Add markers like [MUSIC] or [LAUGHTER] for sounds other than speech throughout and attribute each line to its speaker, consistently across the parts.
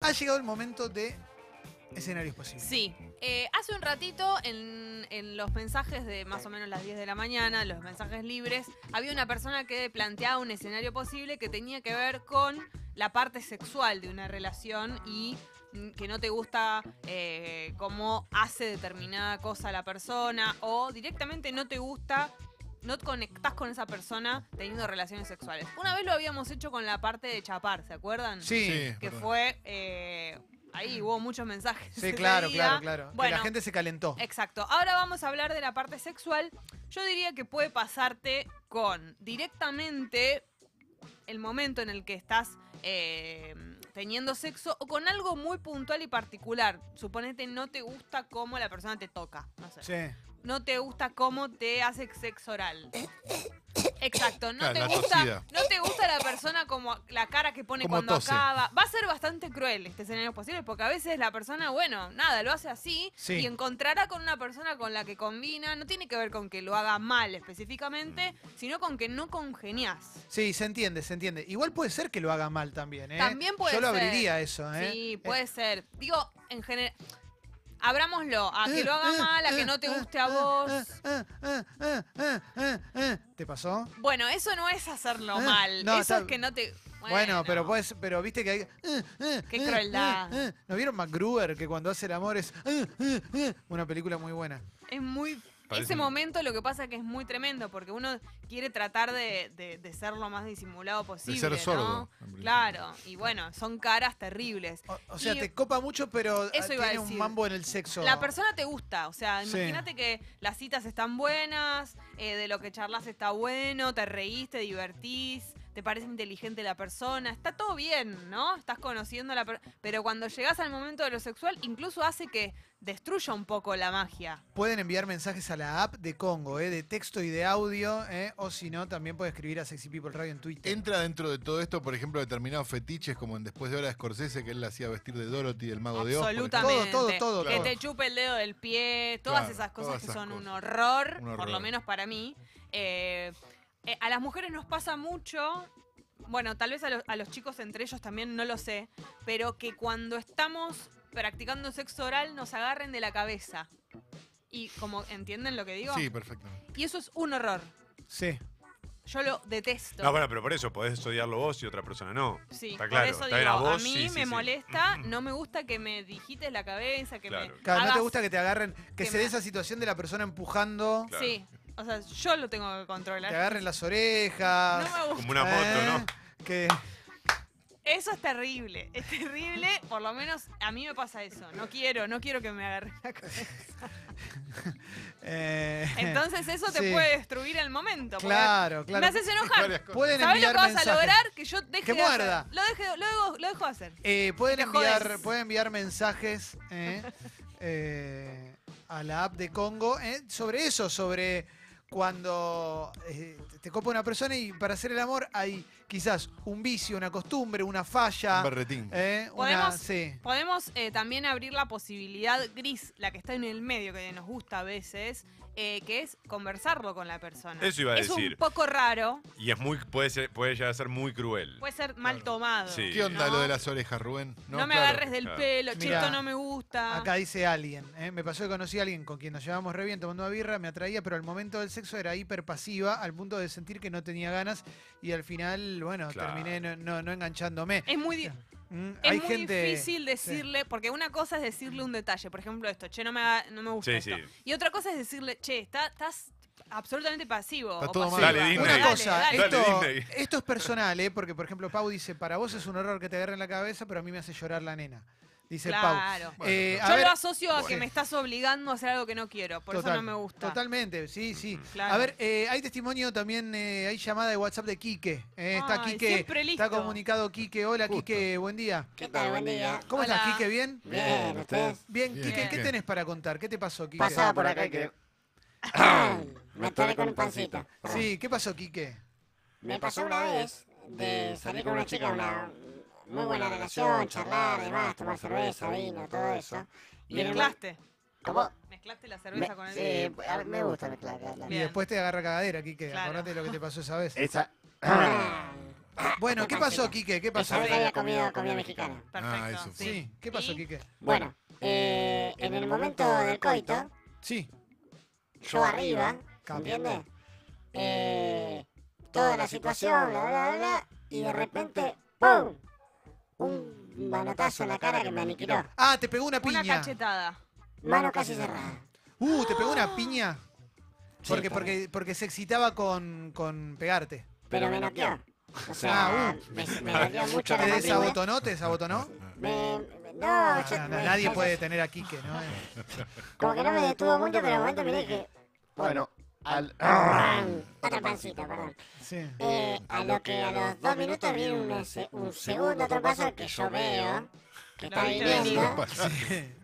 Speaker 1: Ha llegado el momento de escenarios posibles.
Speaker 2: Sí, eh, hace un ratito en, en los mensajes de más o menos las 10 de la mañana, los mensajes libres, había una persona que planteaba un escenario posible que tenía que ver con la parte sexual de una relación y mm, que no te gusta eh, cómo hace determinada cosa la persona o directamente no te gusta. No conectás con esa persona teniendo relaciones sexuales. Una vez lo habíamos hecho con la parte de chapar, ¿se acuerdan?
Speaker 1: Sí,
Speaker 2: que
Speaker 3: perdón.
Speaker 2: fue. eh, ahí hubo muchos mensajes.
Speaker 1: sí,
Speaker 2: ese
Speaker 1: claro,
Speaker 2: día.
Speaker 1: claro, claro. Que
Speaker 2: Bueno,
Speaker 1: la gente se calentó.
Speaker 2: exacto. Ahora vamos a hablar de la parte sexual. Yo diría que puede pasarte con directamente el momento en el que estás eh, teniendo sexo o con algo muy puntual y particular. Suponete no te gusta cómo la persona te toca. No sé.
Speaker 1: Sí.
Speaker 2: No te gusta cómo te hace sexo oral. Exacto, no
Speaker 3: Claro,
Speaker 2: te
Speaker 3: la
Speaker 2: gusta,
Speaker 3: tosida.
Speaker 2: no te gusta la persona como la cara que pone
Speaker 3: Como
Speaker 2: cuando
Speaker 3: tose.
Speaker 2: acaba. Va a ser bastante cruel este escenario posible porque a veces la persona, bueno, nada, lo hace así
Speaker 1: Sí.
Speaker 2: y encontrará con una persona con la que combina, no tiene que ver con que lo haga mal específicamente,
Speaker 1: Mm.
Speaker 2: sino con que no congenias.
Speaker 1: Sí, se entiende, se entiende. Igual puede ser que lo haga mal también, ¿eh?
Speaker 2: También puede
Speaker 1: Yo lo
Speaker 2: ser.
Speaker 1: abriría eso, ¿eh?
Speaker 2: Sí,
Speaker 1: Eh,
Speaker 2: puede ser. Digo, en general, abrámoslo, a que lo haga
Speaker 1: eh,
Speaker 2: mal, a que
Speaker 1: eh,
Speaker 2: no te
Speaker 1: eh,
Speaker 2: guste a
Speaker 1: eh, eh,
Speaker 2: vos.
Speaker 1: eh, eh, eh, eh, eh, eh. ¿Te pasó?
Speaker 2: Bueno, eso no es hacerlo
Speaker 1: Eh,
Speaker 2: mal,
Speaker 1: no,
Speaker 2: eso
Speaker 1: está-
Speaker 2: es que no te...
Speaker 1: Bueno, pero puedes, pero viste que hay. eh, eh,
Speaker 2: Qué
Speaker 1: eh,
Speaker 2: crueldad.
Speaker 1: eh, eh. ¿No vieron MacGruber que cuando hace el amor es eh, eh, eh? una película muy buena?
Speaker 2: Es muy.
Speaker 3: Parece
Speaker 2: Ese
Speaker 3: un-
Speaker 2: momento lo que pasa que es muy tremendo, porque uno quiere tratar de, de- de ser lo más disimulado posible.
Speaker 3: ser
Speaker 2: ¿no?
Speaker 3: sordo, en principio.
Speaker 2: Claro, y bueno, son caras terribles.
Speaker 1: O, o sea,
Speaker 2: Y-
Speaker 1: te copa mucho, pero ah,
Speaker 2: Eso iba a
Speaker 1: tiene un
Speaker 2: decir.
Speaker 1: mambo en el sexo.
Speaker 2: La persona te gusta, o sea,
Speaker 1: Sí.
Speaker 2: imagínate que las citas están buenas, eh, de lo que charlas está bueno, te reís, te divertís, te parece inteligente la persona, está todo bien, ¿no? Estás conociendo a la persona, pero cuando llegas al momento de lo sexual, incluso hace que destruya un poco la magia.
Speaker 1: Pueden enviar mensajes a la app de Congo, ¿eh? de texto y de audio, ¿eh? o si no, también puede escribir a Sexy People Radio en Twitter.
Speaker 3: Entra dentro de todo esto, por ejemplo, determinados fetiches, como en Después de Hora de Scorsese, que él la hacía vestir de Dorothy, el mago de Oz. por
Speaker 1: Todo,
Speaker 2: Absolutamente.
Speaker 1: todo, todo,
Speaker 2: Que
Speaker 3: todo.
Speaker 2: te chupe el dedo del pie, todas
Speaker 3: Claro,
Speaker 2: esas cosas
Speaker 3: todas
Speaker 2: que
Speaker 3: esas
Speaker 2: son un
Speaker 3: cosas.
Speaker 2: horror,
Speaker 3: Un
Speaker 2: por lo
Speaker 3: horror.
Speaker 2: menos para mí. Eh, eh, a las mujeres nos pasa mucho, bueno, tal vez a, los- a los chicos entre ellos también, no lo sé, pero que cuando estamos practicando sexo oral nos agarren de la cabeza. Y como, ¿entienden lo que digo?
Speaker 3: ejemplo. Sí, perfectamente.
Speaker 2: Y eso es un horror.
Speaker 1: Sí.
Speaker 2: Yo lo detesto.
Speaker 4: No, bueno, pero por eso podés odiarlo vos y otra persona no.
Speaker 2: Sí,
Speaker 4: está claro.
Speaker 2: por eso digo,
Speaker 4: está bien,
Speaker 2: a,
Speaker 4: a vos
Speaker 2: mí
Speaker 4: sí, sí,
Speaker 2: me
Speaker 4: sí.
Speaker 2: molesta, no me gusta que me digites la cabeza, que me
Speaker 4: Claro.
Speaker 1: Claro, no te
Speaker 2: hagas-
Speaker 1: gusta que te agarren, que
Speaker 2: que
Speaker 1: se dé
Speaker 2: me-
Speaker 1: esa situación de la persona empujando,
Speaker 4: Claro.
Speaker 2: Sí. O sea, yo lo tengo que controlar.
Speaker 1: te agarren las orejas.
Speaker 2: No me gusta.
Speaker 4: Como una moto,
Speaker 1: ¿eh? Que
Speaker 2: Eso es terrible. Es terrible. Por lo menos a mí me pasa eso. No quiero, no quiero que me
Speaker 1: [LAUGHS]
Speaker 2: agarre la cabeza.
Speaker 1: eh, [LAUGHS]
Speaker 2: Entonces eso te
Speaker 1: Sí.
Speaker 2: puede destruir el momento. porque
Speaker 1: Claro, claro.
Speaker 2: Me haces enojar. [LAUGHS]
Speaker 3: Varias cosas.
Speaker 1: Pueden
Speaker 2: ¿Sabes lo
Speaker 1: enviar
Speaker 2: que vas a
Speaker 1: mensajes.
Speaker 2: lograr? Que yo deje
Speaker 1: Que
Speaker 2: de hacer.
Speaker 1: muerda.
Speaker 2: Lo, deje, lo, dejo- lo dejo de hacer.
Speaker 1: Eh, pueden,
Speaker 2: Te jodes.
Speaker 1: enviar, pueden enviar mensajes eh, eh, a la app de Congo eh, sobre eso, sobre cuando eh, te copa una persona y para hacer el amor hay quizás un vicio, una costumbre, una falla.
Speaker 3: Un berretín.
Speaker 1: eh, una,
Speaker 2: Podemos-
Speaker 1: sí.
Speaker 2: Podemos eh, también abrir la posibilidad gris, la que está en el medio, que nos gusta a veces, eh, que es conversarlo con la persona.
Speaker 4: Eso iba a
Speaker 2: es
Speaker 4: decir.
Speaker 2: un poco raro,
Speaker 4: Y es muy, puede, ser, puede llegar a ser muy cruel.
Speaker 2: puede ser mal tomado.
Speaker 4: Sí.
Speaker 3: ¿Qué onda
Speaker 2: ¿no?
Speaker 3: lo de las orejas, Rubén?
Speaker 2: No, me
Speaker 3: claro.
Speaker 2: agarres del
Speaker 4: claro.
Speaker 2: pelo, che,
Speaker 1: Mirá,
Speaker 2: esto no me gusta.
Speaker 1: Acá dice alguien. eh, Me pasó que conocí a alguien con quien nos llevábamos re bien tomando una birra, me atraía, pero al momento del sexo era hiperpasiva, al punto de sentir que no tenía ganas y al final, bueno,
Speaker 4: Claro.
Speaker 1: terminé no, no- no enganchándome.
Speaker 2: es muy, di-
Speaker 1: Mm,
Speaker 2: es
Speaker 1: hay
Speaker 2: muy
Speaker 1: gente...
Speaker 2: difícil decirle, porque una cosa es decirle un detalle, por ejemplo esto, che, no me, haga- no me gusta
Speaker 4: Sí,
Speaker 2: esto.
Speaker 4: sí.
Speaker 2: Y otra cosa es decirle, che, está- estás absolutamente pasivo.
Speaker 3: Está
Speaker 2: o
Speaker 3: todo mal.
Speaker 2: pasiva".
Speaker 4: Dale, Disney.
Speaker 1: Una
Speaker 4: Dale,
Speaker 1: cosa,
Speaker 4: dale.
Speaker 1: esto,
Speaker 4: Dale, Disney.
Speaker 1: esto es personal, ¿eh? porque por ejemplo Pau dice, para vos es un horror que te agarren la cabeza, pero a mí me hace llorar la nena. Dice Pau.
Speaker 2: Claro.
Speaker 3: Bueno,
Speaker 1: Eh,
Speaker 3: claro.
Speaker 1: a
Speaker 2: Yo
Speaker 1: ver,
Speaker 2: lo asocio a que
Speaker 1: Bueno.
Speaker 2: me estás obligando a hacer algo que no quiero, por
Speaker 1: total,
Speaker 2: eso no me gusta.
Speaker 1: Totalmente, sí, sí.
Speaker 2: Claro.
Speaker 1: A ver, eh, hay testimonio también, eh, hay llamada de WhatsApp de Quique. eh, está
Speaker 2: Ay,
Speaker 1: Quique,
Speaker 2: siempre
Speaker 1: está
Speaker 2: listo.
Speaker 1: comunicado Quique. Hola
Speaker 3: Justo.
Speaker 1: Quique, buen día.
Speaker 5: ¿Qué tal? Buen día.
Speaker 1: ¿Cómo
Speaker 2: Hola.
Speaker 1: estás Quique? ¿Bien?
Speaker 5: Bien, ¿ustedes?
Speaker 1: Bien,
Speaker 3: Bien.
Speaker 1: Quique, ¿qué
Speaker 3: Bien.
Speaker 1: tenés para contar? ¿Qué te pasó, Quique?
Speaker 5: Pasaba por acá y que... [COUGHS] Me atoré con un pancito.
Speaker 1: Sí, ¿qué pasó, Quique?
Speaker 5: Me pasó una vez de salir con una chica, una muy buena relación, charlar, demás, tomar cerveza, vino, todo eso. Y en un-
Speaker 2: Mezclaste.
Speaker 5: ¿Cómo?
Speaker 2: Mezclaste la
Speaker 5: Me, eh,
Speaker 2: cerveza con el
Speaker 5: sí, a ver, me gusta mezclar, la- la-
Speaker 1: Y
Speaker 2: Bien.
Speaker 1: después te agarra cagadera, Quique.
Speaker 2: Claro.
Speaker 1: Acordate de lo que te pasó esa vez.
Speaker 5: Esa...
Speaker 1: Bueno, ¿qué pasó, Quique? ¿Qué pasó?
Speaker 5: [COUGHS] Pensaba que había comido comida mexicana.
Speaker 2: Perfecto.
Speaker 3: Ah, eso fue.
Speaker 2: sí.
Speaker 1: Sí, ¿qué pasó,
Speaker 2: ¿Y?
Speaker 1: Quique?
Speaker 5: Bueno, eh, en el momento del coito,
Speaker 1: Sí.
Speaker 5: yo arriba,
Speaker 1: Cambio.
Speaker 5: ¿entiendes? Eh, toda la situación, bla, bla, bla, bla, y de repente, ¡pum! Un manotazo en la cara que me aniquiló.
Speaker 1: Ah, te pegó una
Speaker 2: Una
Speaker 1: piña.
Speaker 2: cachetada.
Speaker 5: Mano casi cerrada.
Speaker 1: Uh, te pegó una piña.
Speaker 5: Sí,
Speaker 1: Porque,
Speaker 5: también.
Speaker 1: porque, porque se excitaba con, con pegarte.
Speaker 5: Pero me noqueó. uh, O
Speaker 1: Ah,
Speaker 5: sea, me, me Ah, dolió mucho la
Speaker 1: ¿Te
Speaker 5: mandíbula.
Speaker 1: desabotonó? ¿Te desabotonó?
Speaker 5: Me- me- no,
Speaker 1: Ah,
Speaker 5: yo-
Speaker 1: na-
Speaker 5: me-
Speaker 1: nadie
Speaker 5: yo-
Speaker 1: puede detener a Quique, ¿no?
Speaker 5: Como que no me detuvo mucho, pero en un momento miré que...
Speaker 6: Bueno, al...
Speaker 5: mm, Otra pancita, perdón.
Speaker 1: Sí.
Speaker 5: Eh, a lo que a los dos minutos viene un, se- un segundo trompazo que yo veo, que está
Speaker 2: viste
Speaker 5: viniendo,
Speaker 1: [LAUGHS]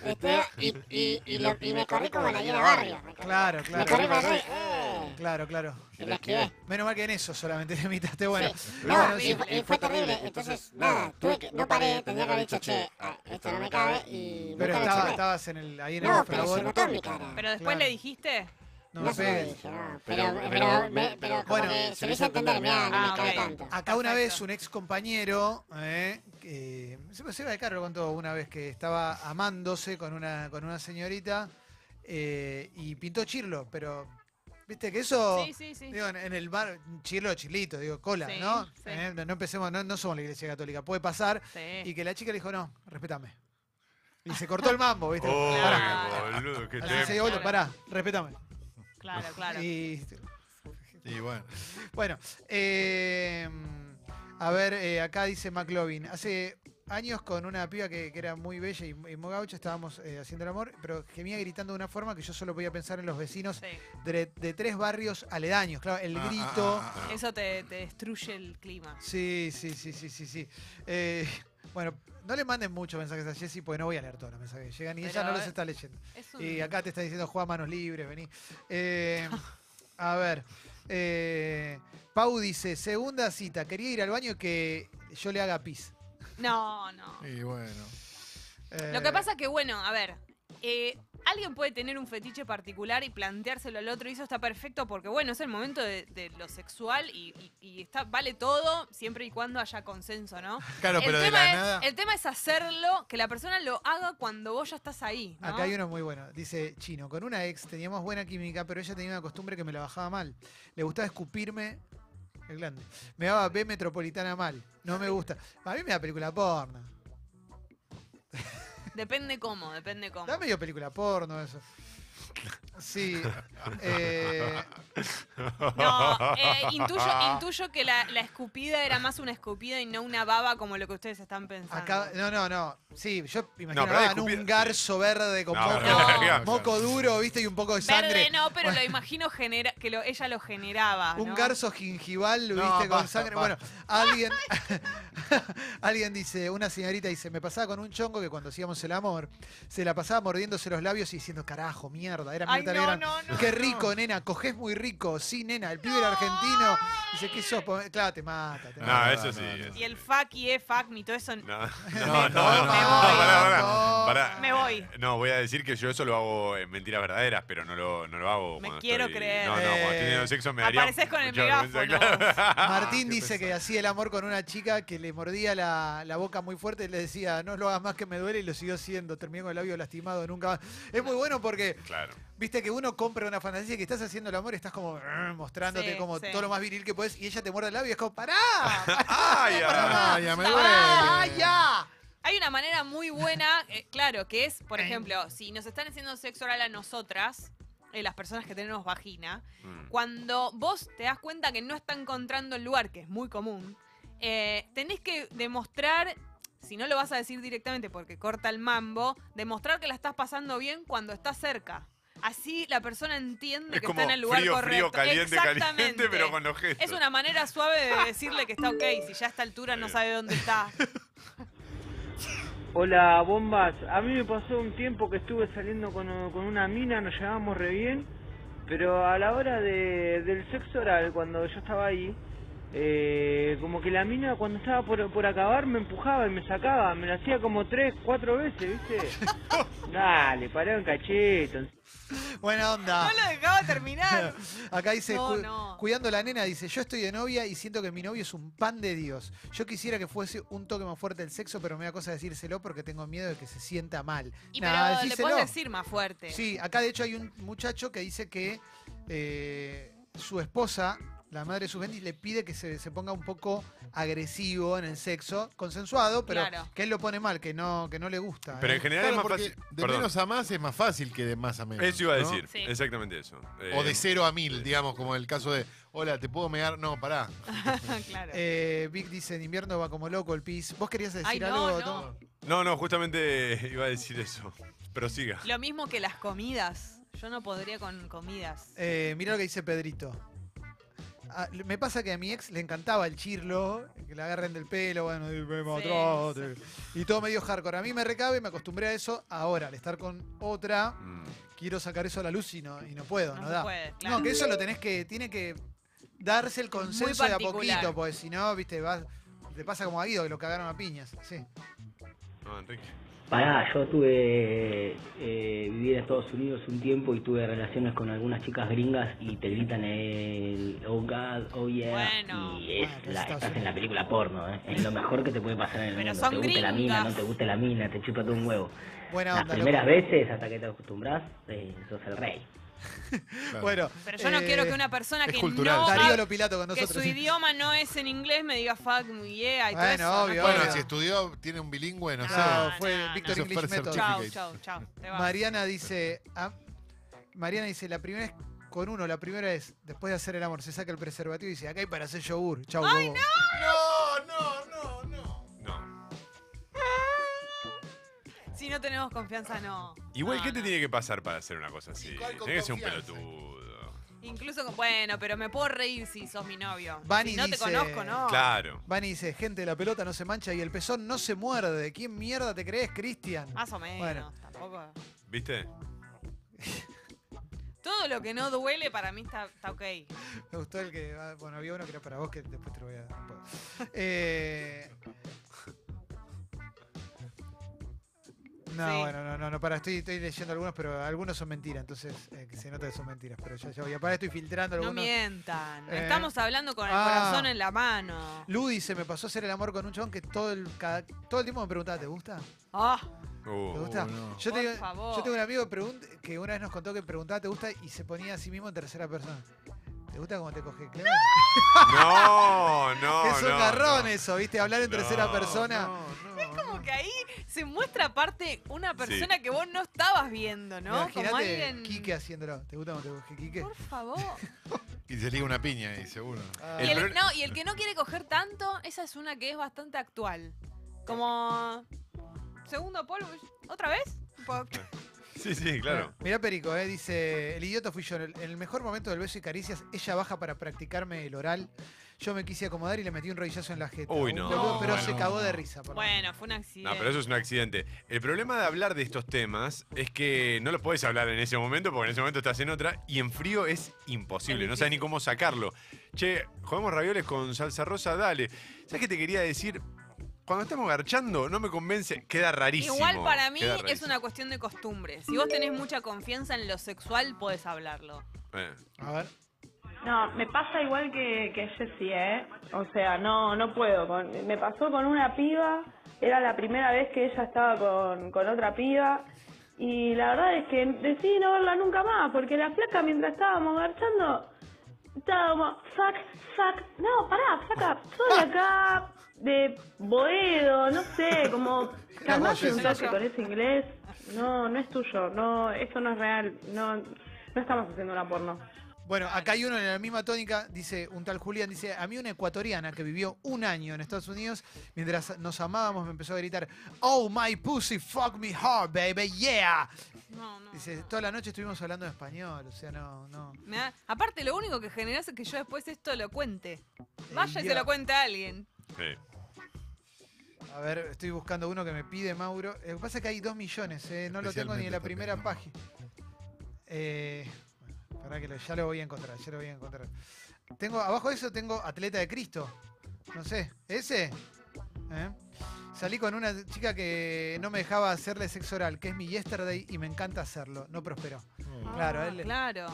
Speaker 1: Sí.
Speaker 5: este, y, y, y, lo- y me corrí como la llena barrio. me corrí-
Speaker 1: Claro,
Speaker 5: Me corrí
Speaker 1: claro.
Speaker 5: para allá y, eh,
Speaker 1: Claro, claro.
Speaker 5: y la esquivé.
Speaker 1: Menos mal que en eso solamente [LAUGHS] te imitaste. Bueno,
Speaker 5: Sí.
Speaker 1: bueno,
Speaker 5: No,
Speaker 1: sí.
Speaker 5: y, fue- y fue terrible. Entonces, nada, tuve que, no paré, tenía que haber dicho, che, ah, esto no me cabe y
Speaker 1: Pero
Speaker 5: nunca lo
Speaker 1: estaba,
Speaker 5: charlé.
Speaker 1: estabas en el, ahí en el
Speaker 5: No, pero se
Speaker 1: fragor.
Speaker 5: notó en mi cara.
Speaker 2: Pero después
Speaker 1: Claro.
Speaker 2: le dijiste.
Speaker 1: No me
Speaker 5: se lo
Speaker 1: pegues.
Speaker 5: dije, "Ah, no, Pero, pero, me- pero como
Speaker 1: Bueno.
Speaker 5: que se lo hice entender, mirá, no
Speaker 2: Ah,
Speaker 5: me cabe
Speaker 2: ok.
Speaker 5: tanto.
Speaker 1: Acá una
Speaker 2: Perfecto.
Speaker 1: vez un ex compañero, eh, que- se- Seba de Caro lo contó una vez que estaba amándose con una, con una señorita eh, y pintó chirlo, pero viste que eso,
Speaker 2: Sí, sí, sí.
Speaker 1: Oh. digo, en, en el bar, chirlo, chirlito, digo, cola,
Speaker 2: Sí,
Speaker 1: ¿no?
Speaker 2: sí.
Speaker 1: Eh, no empecemos, no, no somos la iglesia católica, puede pasar.
Speaker 2: Sí.
Speaker 1: Y que la chica le dijo, no, respétame. Y se cortó
Speaker 2: [LAUGHS]
Speaker 1: el mambo, viste.
Speaker 4: Oh,
Speaker 1: Pará.
Speaker 2: Claro.
Speaker 4: boludo, qué
Speaker 1: Así se
Speaker 4: tema.
Speaker 1: dijo, bueno, pará, respétame. [LAUGHS]
Speaker 2: Claro, claro.
Speaker 1: Y
Speaker 3: Y bueno,
Speaker 1: Bueno, eh, a ver, eh, acá dice McLovin. Hace años con una piba que, que era muy bella y, y muy gaucha estábamos eh, haciendo el amor, pero gemía gritando de una forma que yo solo podía pensar en los vecinos
Speaker 2: Sí.
Speaker 1: de, de tres barrios aledaños. Claro, el
Speaker 3: Ah,
Speaker 1: grito.
Speaker 3: ah, ah, ah.
Speaker 2: Eso te, te destruye el clima.
Speaker 1: Sí, sí, sí, sí, sí, sí. Eh, bueno, no le manden muchos mensajes a Jessy porque no voy a leer todos los mensajes que llegan y ella
Speaker 2: Pero,
Speaker 1: no
Speaker 2: eh,
Speaker 1: los está leyendo.
Speaker 2: Es un-
Speaker 1: Y acá te está diciendo juega manos libres, vení. Eh, a ver. eh, Pau dice, segunda cita, quería ir al baño y que yo le haga pis.
Speaker 2: No, no.
Speaker 3: ah, y bueno.
Speaker 1: Eh,
Speaker 2: Lo que pasa es que, bueno, a ver, eh, alguien puede tener un fetiche particular y planteárselo al otro y eso está perfecto porque, bueno, es el momento de, de lo sexual y, y- y está, vale todo siempre y cuando haya consenso, ¿no?
Speaker 3: Claro, pero
Speaker 2: el,
Speaker 3: de
Speaker 2: tema
Speaker 3: la
Speaker 2: es,
Speaker 3: nada.
Speaker 2: el tema es hacerlo, que la persona lo haga cuando vos ya estás ahí, ¿no?
Speaker 1: Acá hay uno muy bueno. Dice, chino, con una ex teníamos buena química, pero ella tenía una costumbre que me la bajaba mal. Le gustaba escupirme el glande. Me daba B metropolitana mal. No me gusta. A mí me da película porno.
Speaker 2: Depende cómo, depende cómo.
Speaker 1: Da medio película porno eso. Sí. eh,
Speaker 2: No, eh, intuyo, intuyo que la, la escupida era más una escupida y no una baba como lo que ustedes están pensando.
Speaker 1: Acá, eh, no, no, no. Sí, yo
Speaker 4: No, pero hay
Speaker 1: imaginaba ¿no?
Speaker 4: escupida-
Speaker 1: un garzo verde con
Speaker 4: No,
Speaker 1: moco,
Speaker 2: no,
Speaker 4: no.
Speaker 1: moco duro, viste, y un poco de sangre.
Speaker 2: Verde no, pero lo imagino genera, que lo, ella lo generaba.
Speaker 1: Un
Speaker 2: ¿no?
Speaker 1: garzo gingival, viste,
Speaker 3: No,
Speaker 1: con
Speaker 3: basta,
Speaker 1: sangre.
Speaker 3: basta.
Speaker 1: Bueno, alguien, [LAUGHS] alguien dice, una señorita dice, me pasaba con un chongo que cuando hacíamos el amor, se la pasaba mordiéndose los labios y diciendo, carajo, mierda, era mi
Speaker 2: Ay,
Speaker 1: tal
Speaker 2: no,
Speaker 1: gran-
Speaker 2: no, no,
Speaker 1: Qué
Speaker 2: no.
Speaker 1: rico, nena, cogés muy rico, sí, nena, el pibe era argentino. Dice, ¿qué sos? po-?" Claro, te mata, te mata.
Speaker 4: No, eso sí.
Speaker 3: no, no.
Speaker 4: eso.
Speaker 2: Y el fuck y eh, fuck me, todo eso.
Speaker 4: No,
Speaker 3: no,
Speaker 4: no, no, no, no,
Speaker 1: no, no.
Speaker 4: pará, pará, pará.
Speaker 2: Me voy.
Speaker 4: No, voy a decir que yo eso lo hago en mentiras verdaderas, pero no lo, no lo hago.
Speaker 2: Me
Speaker 4: cuando
Speaker 2: quiero
Speaker 4: estoy-
Speaker 2: creer.
Speaker 4: No, no, cuando
Speaker 1: Eh,
Speaker 4: estoy teniendo sexo me daría.
Speaker 2: apareces con el
Speaker 4: mucha vergüenza,
Speaker 2: megáfono.
Speaker 3: Ah,
Speaker 1: Martín dice que hacía el amor con una chica que le mordía la, la boca muy fuerte y le decía, no lo hagas más que me duele y lo siguió haciendo. Terminé con el labio lastimado, nunca más. Es muy bueno porque,
Speaker 4: [LAUGHS] Claro.
Speaker 1: viste que uno compra una fantasía que estás haciendo el amor y estás como "Arr", mostrándote
Speaker 2: Sí,
Speaker 1: como
Speaker 2: sí.
Speaker 1: todo lo más viril que puedes y ella te muerde el labio y es como, ¡pará!
Speaker 4: ¡Ay, ah,
Speaker 3: Ah, ya me duele.
Speaker 1: ¡Pará, ya!
Speaker 2: Hay una manera muy buena, eh, claro, que es, por ejemplo, si nos están haciendo sexo oral a nosotras, eh, las personas que tenemos vagina,
Speaker 4: Mm.
Speaker 2: cuando vos te das cuenta que no está encontrando el lugar, que es muy común, eh, tenés que demostrar, si no lo vas a decir directamente porque corta el mambo, demostrar que la estás pasando bien cuando estás cerca. Así la persona entiende
Speaker 4: Es
Speaker 2: que
Speaker 4: como
Speaker 2: está en el lugar
Speaker 4: frío,
Speaker 2: correcto.
Speaker 4: frío, caliente,
Speaker 2: Exactamente.
Speaker 4: caliente, pero con los gestos.
Speaker 2: Es una manera suave de decirle que está ok, si ya a esta altura no sabe
Speaker 1: [LAUGHS]
Speaker 2: dónde está.
Speaker 7: Hola, bombas. A mí me pasó un tiempo que estuve saliendo con, con una mina, nos llevábamos re bien, pero a la hora de- del sexo oral, cuando yo estaba ahí, eh, como que la mina cuando estaba por, por acabar me empujaba y me sacaba, me la hacía como tres, cuatro veces, ¿viste? Dale, pará un cachito.
Speaker 1: Buena onda.
Speaker 2: No lo dejaba terminar.
Speaker 1: Acá dice,
Speaker 2: No,
Speaker 1: cu-
Speaker 2: no.
Speaker 1: cuidando la nena, dice, yo estoy de novia y siento que mi novio es un pan de Dios. Yo quisiera que fuese un toque más fuerte el sexo, pero me da cosa decírselo porque tengo miedo de que se sienta mal.
Speaker 2: Y
Speaker 1: Nah,
Speaker 2: pero le
Speaker 1: decíselo.
Speaker 2: puedes decir más fuerte.
Speaker 1: Sí, acá de hecho hay un muchacho que dice que eh, su esposa, la madre de sus bendis, le pide que se, se ponga un poco agresivo en el sexo, consensuado, pero
Speaker 2: Claro.
Speaker 1: que él lo pone mal, que no, que no le gusta.
Speaker 4: Pero
Speaker 1: ¿eh?
Speaker 4: en general
Speaker 3: Claro,
Speaker 4: es más
Speaker 3: porque
Speaker 4: fácil.
Speaker 3: de
Speaker 4: Perdón.
Speaker 3: menos a más es más fácil que de más a menos.
Speaker 4: Eso iba a
Speaker 3: ¿no?
Speaker 4: decir.
Speaker 2: Sí.
Speaker 4: Exactamente eso.
Speaker 3: O de
Speaker 4: Eh,
Speaker 3: cero a mil, digamos, como el caso de, hola, ¿te puedo mear? No, pará.
Speaker 2: [LAUGHS] claro.
Speaker 1: Eh, Vic dice, en invierno va como loco el pis. ¿Vos querías decir
Speaker 2: Ay, no,
Speaker 1: algo?
Speaker 2: no.
Speaker 1: Tom?
Speaker 4: No, no, justamente [LAUGHS] iba a decir eso. Pero siga.
Speaker 2: Lo mismo que las comidas. Yo no podría con comidas.
Speaker 1: Eh, mirá lo que dice Pedrito. Ah, le- me pasa que a mi ex le encantaba el chirlo, que le agarren del pelo, bueno, y, me mataste. y todo medio hardcore. A mí me recabe, me acostumbré a eso. Ahora, al estar con otra,
Speaker 4: Mm.
Speaker 1: quiero sacar eso a la luz y no, y no puedo, no,
Speaker 2: no se
Speaker 1: da.
Speaker 2: puede, claro.
Speaker 1: No, que eso lo tenés que, tiene que darse el consenso de a
Speaker 2: particular.
Speaker 1: poquito, porque si no, viste, vas- te pasa como a Guido, que lo cagaron a piñas. Sí.
Speaker 4: No, Enrique.
Speaker 6: Pará, yo tuve. Eh, viví en Estados Unidos un tiempo y tuve relaciones con algunas chicas gringas y te gritan el. Oh God, oh yeah.
Speaker 2: Bueno.
Speaker 6: y es
Speaker 1: Ah, pero
Speaker 6: la,
Speaker 1: Estados
Speaker 6: estás en
Speaker 1: Unidos.
Speaker 6: la película porno, ¿eh? Es lo mejor que te puede pasar en el
Speaker 2: Pero
Speaker 6: mundo.
Speaker 2: son
Speaker 6: te guste la mina,
Speaker 2: gringas.
Speaker 6: no te guste la mina, te chupa todo un huevo.
Speaker 1: Buena
Speaker 6: Las
Speaker 1: onda.
Speaker 6: primeras
Speaker 1: loco.
Speaker 6: veces, hasta que te acostumbras, eh, sos el rey.
Speaker 3: Claro.
Speaker 1: Bueno.
Speaker 2: Pero yo no
Speaker 1: eh,
Speaker 2: quiero que una persona
Speaker 3: es
Speaker 2: que
Speaker 3: cultural.
Speaker 2: no
Speaker 1: Darío
Speaker 2: hab-
Speaker 1: Lopilato con
Speaker 2: que
Speaker 1: nosotros.
Speaker 2: su idioma no es en inglés me diga fuck me yeah y todo
Speaker 1: Bueno,
Speaker 2: eso, no
Speaker 1: obvio,
Speaker 2: puedo.
Speaker 3: Bueno,
Speaker 1: obvio.
Speaker 3: si estudió, tiene un bilingüe, no,
Speaker 2: No,
Speaker 3: sé.
Speaker 1: No, fue
Speaker 2: no,
Speaker 1: Victor
Speaker 3: no.
Speaker 1: English
Speaker 3: Eso fue
Speaker 1: Method.
Speaker 3: certificado.
Speaker 2: Chau,
Speaker 1: [LAUGHS]
Speaker 2: chau, chau. Te vas.
Speaker 1: Mariana dice, ah, Mariana dice, la primera es con uno, la primera es, después de hacer el amor, se saca el preservativo y dice, acá hay para hacer yogur. Chau, bobo".
Speaker 3: No, no, no, no.
Speaker 4: No.
Speaker 2: Si no tenemos confianza, no.
Speaker 4: Igual,
Speaker 2: No,
Speaker 4: ¿qué te
Speaker 2: no.
Speaker 4: tiene que pasar para hacer una cosa así?
Speaker 3: Igual
Speaker 4: Tiene
Speaker 3: con
Speaker 4: que ser un
Speaker 3: confianza.
Speaker 4: pelotudo.
Speaker 2: Incluso, con- bueno, pero me puedo reír si sos mi novio.
Speaker 1: Vani
Speaker 2: si no
Speaker 1: dice-
Speaker 2: te conozco,
Speaker 3: Ah.
Speaker 2: ¿no?
Speaker 4: Claro.
Speaker 1: Vani dice, gente, la pelota no se mancha y el pezón no se muerde. ¿Quién mierda te crees, Cristian?
Speaker 2: Más o menos,
Speaker 1: Bueno.
Speaker 2: tampoco.
Speaker 4: ¿Viste?
Speaker 2: Todo lo que no duele para mí está, está ok.
Speaker 1: Me gustó el que, ah, bueno, había uno que era para vos que después te lo voy a dar. Eh, No,
Speaker 2: Sí.
Speaker 1: bueno, no, no, no, para, estoy, estoy leyendo algunos, pero algunos son mentiras, entonces eh, que se nota que son mentiras, pero ya, ya voy a parar, estoy filtrando
Speaker 2: No
Speaker 1: algunos.
Speaker 2: mientan.
Speaker 1: Eh.
Speaker 2: Estamos hablando con el
Speaker 1: Ah.
Speaker 2: corazón en la mano.
Speaker 1: Lu dice, me pasó a hacer el amor con un chabón que todo el, cada- todo el tiempo me preguntaba, ¿te gusta?
Speaker 2: Ah,
Speaker 4: Uh,
Speaker 1: ¿Te gusta?
Speaker 3: no.
Speaker 1: yo,
Speaker 2: Por
Speaker 1: tengo,
Speaker 2: favor.
Speaker 1: yo tengo un amigo que, pregun- que una vez nos contó que preguntaba, ¿te gusta? Y se ponía a sí mismo en tercera persona. ¿Te gusta cómo te coge Clemen?
Speaker 4: No,
Speaker 3: [LAUGHS]
Speaker 4: no.
Speaker 1: es un
Speaker 4: no,
Speaker 1: garrón
Speaker 4: no.
Speaker 3: eh.
Speaker 1: eso, ¿viste? Hablar en
Speaker 4: No,
Speaker 1: tercera persona.
Speaker 2: como que ahí se muestra aparte una persona que vos no estabas viendo, ¿no? como
Speaker 1: Imagínate
Speaker 2: alguien.
Speaker 1: Quique haciéndolo. ¿Te gusta cómo te coge Quique?
Speaker 2: Por
Speaker 1: [LAUGHS]
Speaker 2: favor.
Speaker 3: Y se liga una piña ahí, seguro.
Speaker 1: Ah,
Speaker 2: Y
Speaker 4: El
Speaker 2: el,
Speaker 4: problema-
Speaker 2: no, y el que no quiere coger tanto, esa es una que es bastante actual. Como. Segundo polvo, ¿otra vez? Po-
Speaker 4: Sí, sí, claro.
Speaker 1: Mirá Perico, eh, dice, el idiota fui yo. En el, en el mejor momento del beso y caricias, ella baja para practicarme el oral. Yo me quise acomodar y le metí un rodillazo en la jeta.
Speaker 4: Uy,
Speaker 1: Un
Speaker 4: no.
Speaker 1: boludo, pero
Speaker 3: Bueno.
Speaker 1: se cagó de risa. por lo menos.
Speaker 2: Bueno, fue un
Speaker 4: No,
Speaker 2: accidente.
Speaker 4: pero eso es un accidente. El problema de hablar de estos temas es que no los podés hablar en ese momento, porque en ese momento estás en otra, y en frío es imposible,
Speaker 2: Es
Speaker 4: no sabes ni
Speaker 2: difícil.
Speaker 4: cómo sacarlo. Che, jugamos ravioles con salsa rosa, dale. ¿Sabes qué te quería decir? Cuando estamos garchando, no me convence, queda rarísimo.
Speaker 2: Igual para mí
Speaker 4: queda
Speaker 2: es
Speaker 4: rarísimo.
Speaker 2: una cuestión de costumbre. Si vos tenés mucha confianza en lo sexual, podés hablarlo.
Speaker 4: Eh,
Speaker 1: A ver.
Speaker 8: No, me pasa igual que, que Jessie, ¿eh? O sea, no, no puedo. Con- me pasó con una piba, era la primera vez que ella estaba con, con otra piba. Y la verdad es que decidí no verla nunca más, porque la flaca mientras estábamos marchando, estaba como, sac, sac, no, pará, flaca, soy acá de Boedo, no sé, como, calmate un toque con ese inglés. No, no es tuyo, no, esto no es real, no, no estamos haciendo una porno.
Speaker 1: Bueno, acá hay uno en la misma tónica, dice un tal Julián, dice, a mí una ecuatoriana que vivió un año en Estados Unidos, mientras nos amábamos me empezó a gritar, oh, my pussy, fuck me hard, baby, yeah.
Speaker 2: No, no.
Speaker 1: Dice,
Speaker 2: no.
Speaker 1: toda la noche estuvimos hablando en español, o sea, no, no.
Speaker 2: Me da- Aparte, lo único que generás es que yo después esto lo cuente. Vaya y
Speaker 1: ya.
Speaker 2: se lo cuente a alguien.
Speaker 4: eh.
Speaker 1: A ver, estoy buscando uno que me pide Mauro. Eh, Lo que pasa es que hay dos millones, eh, no lo tengo ni en la
Speaker 3: Especialmente
Speaker 1: primera
Speaker 3: también,
Speaker 1: página. Eh, bueno, pará que lo- ya lo voy a encontrar, ya lo voy a encontrar. Tengo, abajo de eso tengo Atleta de Cristo. No sé, ¿ese? ¿Eh? Salí con una chica que no me dejaba hacerle sexo oral, que es mi yesterday y me encanta hacerlo. No prosperó. Claro,
Speaker 2: Ah,
Speaker 1: él le-
Speaker 2: claro.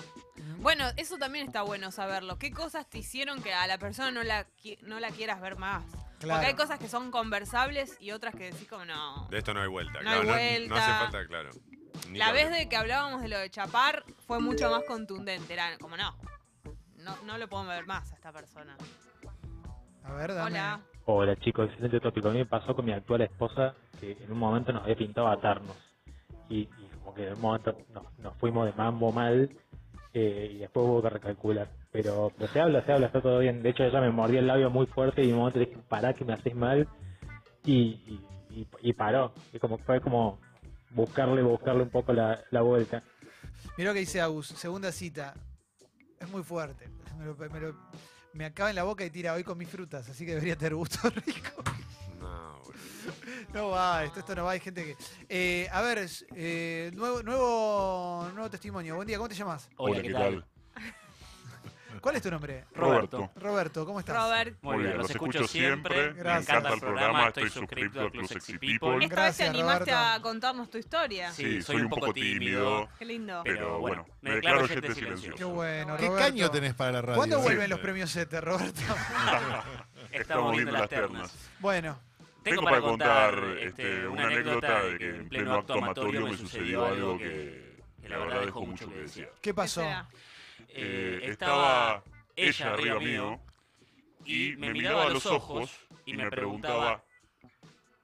Speaker 2: Bueno, eso también está bueno saberlo. ¿Qué cosas te hicieron que a la persona no la, qui- no la quieras ver más?
Speaker 1: Claro.
Speaker 2: Porque hay cosas que son conversables y otras que decís como no.
Speaker 4: De esto no hay vuelta.
Speaker 2: No
Speaker 4: claro,
Speaker 2: hay
Speaker 4: No,
Speaker 2: vuelta.
Speaker 4: hace falta, claro. Ni
Speaker 2: La
Speaker 4: que
Speaker 2: vez
Speaker 4: hablar.
Speaker 2: de que hablábamos de lo de chapar fue mucho más contundente. Era como no. No, no lo puedo ver más a esta persona.
Speaker 1: A ver, dame.
Speaker 2: Hola.
Speaker 9: Hola chicos, excelente tópico. A mí me pasó con mi actual esposa que en un momento nos había pintado atarnos. Y, y como que en un momento nos, nos fuimos de mambo mal eh, y después hubo que recalcular. Pero, pero se habla, se habla, está todo bien. De hecho ella me mordió el labio muy fuerte y en un momento le dije, pará que me haces mal. Y, y, y- y paró. Y como fue como buscarle, buscarle un poco la, la vuelta.
Speaker 1: Mirá lo que dice Agus, segunda cita. Es muy fuerte. Me, lo- me lo- me acaba en la boca y tira hoy con mis frutas, así que debería tener gusto [LAUGHS] rico.
Speaker 4: No, boludo.
Speaker 1: No va, esto, esto no va, hay gente que. Eh, a ver, es- eh, nuevo, nuevo, nuevo testimonio. Buen día, ¿cómo te llamas?
Speaker 10: Hola, ¿qué tal?
Speaker 1: ¿Cuál es tu nombre?
Speaker 10: Roberto.
Speaker 1: Roberto, ¿cómo estás?
Speaker 2: Robert.
Speaker 10: Muy bien, los escucho siempre. Me
Speaker 1: Gracias.
Speaker 10: encanta el programa, estoy suscrito al Club Sexy People.
Speaker 2: Esta vez te
Speaker 1: Gracias,
Speaker 2: animaste
Speaker 1: Roberto.
Speaker 2: a contarnos tu historia.
Speaker 10: Sí, soy un poco tímido,
Speaker 2: Qué lindo.
Speaker 5: eh,
Speaker 10: pero bueno, me declaro gente
Speaker 1: Qué
Speaker 10: silencioso.
Speaker 1: bueno,
Speaker 3: ¿Qué
Speaker 1: Roberto.
Speaker 3: caño tenés para la radio?
Speaker 1: ¿Cuándo
Speaker 3: Sí.
Speaker 1: vuelven los premios ETE, Roberto? [LAUGHS]
Speaker 10: Estamos viendo las ternas.
Speaker 1: bueno,
Speaker 10: Tengo para contar este, una anécdota de que en pleno acto amatorio me sucedió algo que, que la verdad dejó mucho que desear.
Speaker 1: ¿qué pasó? [LAUGHS]
Speaker 2: ¿Qué será?
Speaker 10: Eh, estaba ella arriba mío y me miraba a los ojos y me preguntaba,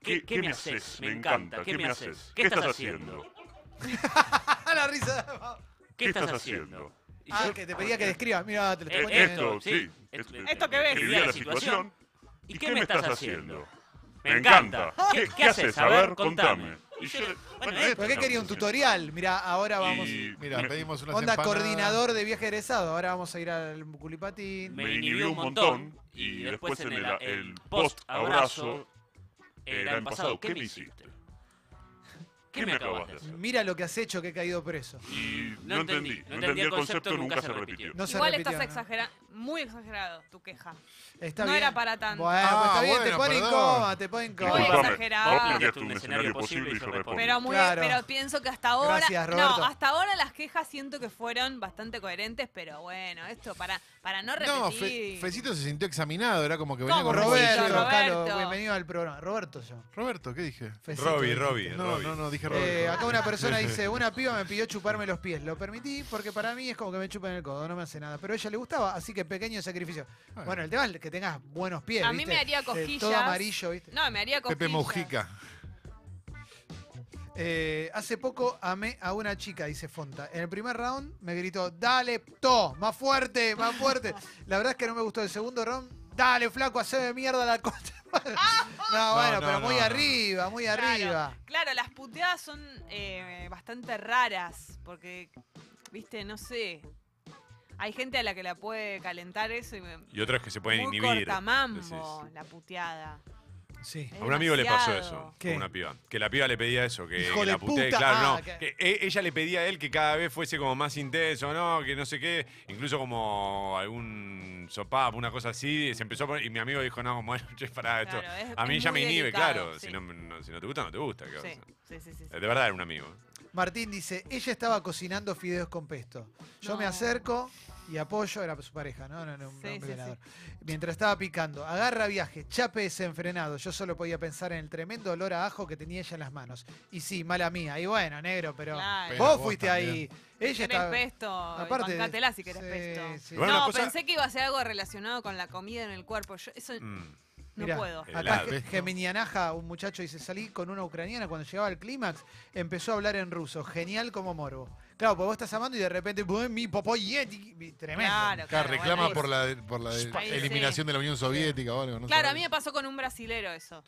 Speaker 10: ¿qué, qué me haces? Me encanta, ¿qué me haces? ¿Qué estás haciendo?
Speaker 1: Ah, la risa.
Speaker 10: ¿Qué estás haciendo? Y
Speaker 1: Ah,
Speaker 10: yo-
Speaker 1: que te pedía que describas. Mira, te lo estoy
Speaker 10: Eh,
Speaker 1: poniendo.
Speaker 10: Esto, sí.
Speaker 2: Esto que ves.
Speaker 10: Escribía la situación.
Speaker 9: ¿Y qué me estás haciendo?
Speaker 10: Me encanta. ¿Qué, qué haces? A ver, contame. Y yo, bueno, esto
Speaker 1: ¿Pero qué
Speaker 10: no
Speaker 1: quería un
Speaker 10: funciona.
Speaker 1: tutorial? Mira, ahora vamos.
Speaker 10: Y
Speaker 3: Mira,
Speaker 10: me-
Speaker 3: pedimos unas
Speaker 1: Onda
Speaker 3: empanadas.
Speaker 1: coordinador de viaje egresado. Ahora vamos a ir al culipatín.
Speaker 10: me inhibió un montón y después en el, el post abrazo era en pasado. ¿Qué me [LAUGHS] hiciste? ¿Qué me acabas de hacer?
Speaker 1: Mira lo que has hecho que he caído preso.
Speaker 10: Y no entendí. No entendí el concepto, nunca se repitió.
Speaker 1: No se
Speaker 2: Igual
Speaker 1: repitió,
Speaker 2: estás
Speaker 1: ¿no?
Speaker 2: exagerando, muy exagerado tu queja.
Speaker 1: ¿eh? Está
Speaker 2: no
Speaker 1: bien.
Speaker 2: era para tanto.
Speaker 1: Bueno,
Speaker 3: Ah,
Speaker 1: pues está bien, te
Speaker 3: bueno,
Speaker 1: ponen en
Speaker 3: perdón.
Speaker 1: coma, te ponen en
Speaker 2: Muy
Speaker 1: coma.
Speaker 2: Disculpa.
Speaker 10: vos
Speaker 2: exagerado.
Speaker 10: planteaste un escenario posible y yo respondo.
Speaker 2: Pero muy
Speaker 1: Claro.
Speaker 2: pero pienso que hasta ahora.
Speaker 1: Gracias, Roberto.
Speaker 2: no, hasta ahora las quejas siento que fueron bastante coherentes, pero bueno, esto para, para no repetir.
Speaker 3: No, Fe- Fecito se sintió examinado, era como que venía
Speaker 2: ¿Cómo,
Speaker 3: con un
Speaker 1: Roberto,
Speaker 3: bolsillo.
Speaker 2: Roberto?
Speaker 1: Calo, bienvenido al programa. Roberto yo.
Speaker 3: Roberto, ¿qué dije?
Speaker 1: Fecito.
Speaker 4: Robbie, Robbie,
Speaker 3: No,
Speaker 4: Robbie.
Speaker 3: no, no, dije Roberto.
Speaker 1: Eh, acá una
Speaker 3: [LAUGHS]
Speaker 1: persona dice, una piba me pidió chuparme los pies. Lo permití porque para mí es como que me chupan el codo, no me hace nada. Pero a ella le gustaba, así que pequeño sacrificio.
Speaker 3: Bueno.
Speaker 1: Bueno, el tema es que tengas buenos pies.
Speaker 2: A mí
Speaker 1: ¿viste?
Speaker 2: me haría
Speaker 1: Eh,
Speaker 2: cosquillas.
Speaker 1: Todo amarillo, ¿viste?
Speaker 2: No, me haría cosquillas.
Speaker 3: Pepe Mujica.
Speaker 1: Eh, hace poco amé a una chica, dice Fonta. En el primer round me gritó, dale, to, más fuerte, más fuerte. La verdad es que no me gustó el segundo round. Dale, flaco, haceme mierda la concha. No, bueno,
Speaker 3: no,
Speaker 1: pero
Speaker 3: no,
Speaker 1: muy
Speaker 3: no.
Speaker 1: arriba, muy
Speaker 2: Claro.
Speaker 1: arriba.
Speaker 2: Claro, las puteadas son eh, bastante raras, porque, viste, no sé. Hay gente a la que la puede calentar eso y me.
Speaker 4: Y otras que se pueden
Speaker 2: muy
Speaker 4: inhibir.
Speaker 2: cortamambo,
Speaker 4: decís.
Speaker 2: la puteada.
Speaker 1: Sí.
Speaker 4: A un amigo le pasó eso,
Speaker 1: ¿Qué?
Speaker 4: con una piba. Que la piba le pedía eso, que,
Speaker 1: Hijo
Speaker 4: que
Speaker 1: de
Speaker 4: la puté,
Speaker 1: puta.
Speaker 4: claro,
Speaker 1: Ah,
Speaker 4: no.
Speaker 1: que-
Speaker 4: que e- ella le pedía a él que cada vez fuese como más intenso, no, que no sé qué, incluso como algún sopap, una cosa así, y se empezó a poner, y mi amigo dijo, no, bueno, [LAUGHS] che, pará esto.
Speaker 2: Claro, es-
Speaker 4: a mí
Speaker 2: es
Speaker 4: ya me
Speaker 2: muy
Speaker 4: inhibe,
Speaker 2: delicado,
Speaker 4: claro.
Speaker 2: sí.
Speaker 4: Si, no, no- si no te gusta, no te gusta. ¿qué vas a
Speaker 2: Sí,
Speaker 4: hacer?
Speaker 2: sí, sí, sí, sí.
Speaker 4: Eh, De verdad era un amigo.
Speaker 1: Martín dice, ella estaba cocinando fideos con pesto. Yo me
Speaker 2: No.
Speaker 1: acerco y apoyo, era su pareja, ¿no? No, no, un
Speaker 2: Sí, sí,
Speaker 1: peleador. Mientras estaba picando, agarra viaje, chape desenfrenado. Yo solo podía pensar en el tremendo olor a ajo que tenía ella en las manos. Y sí, mala mía. Y bueno, negro, pero vos
Speaker 2: Claro.
Speaker 3: Pero vos
Speaker 1: fuiste
Speaker 3: también.
Speaker 1: ahí. Ella
Speaker 2: querés
Speaker 1: estaba...
Speaker 2: pesto,
Speaker 1: Aparte,
Speaker 2: bancátela si querés
Speaker 1: sí,
Speaker 2: pesto.
Speaker 1: sí.
Speaker 4: Bueno,
Speaker 2: no,
Speaker 4: una cosa-
Speaker 2: pensé que iba a ser algo relacionado con la comida en el cuerpo. Yo eso
Speaker 4: Mm.
Speaker 2: no
Speaker 1: Mirá,
Speaker 2: puedo.
Speaker 4: Eh,
Speaker 1: Acá
Speaker 4: Helado.
Speaker 1: Ge- Geminianaja, un muchacho dice, salí con una ucraniana cuando llegaba al clímax, empezó a hablar en ruso, genial como morbo. Claro, pues vos estás amando y de repente, "Bue, mi popoyeti", y- tremendo.
Speaker 2: Claro,
Speaker 3: Acá
Speaker 2: claro.
Speaker 3: reclama
Speaker 2: bueno,
Speaker 3: por la, de- por la de-
Speaker 2: Ahí sí.
Speaker 3: eliminación de la Unión Soviética o algo. No
Speaker 2: Claro, a mí
Speaker 3: sabemos.
Speaker 2: me pasó con un brasilero eso.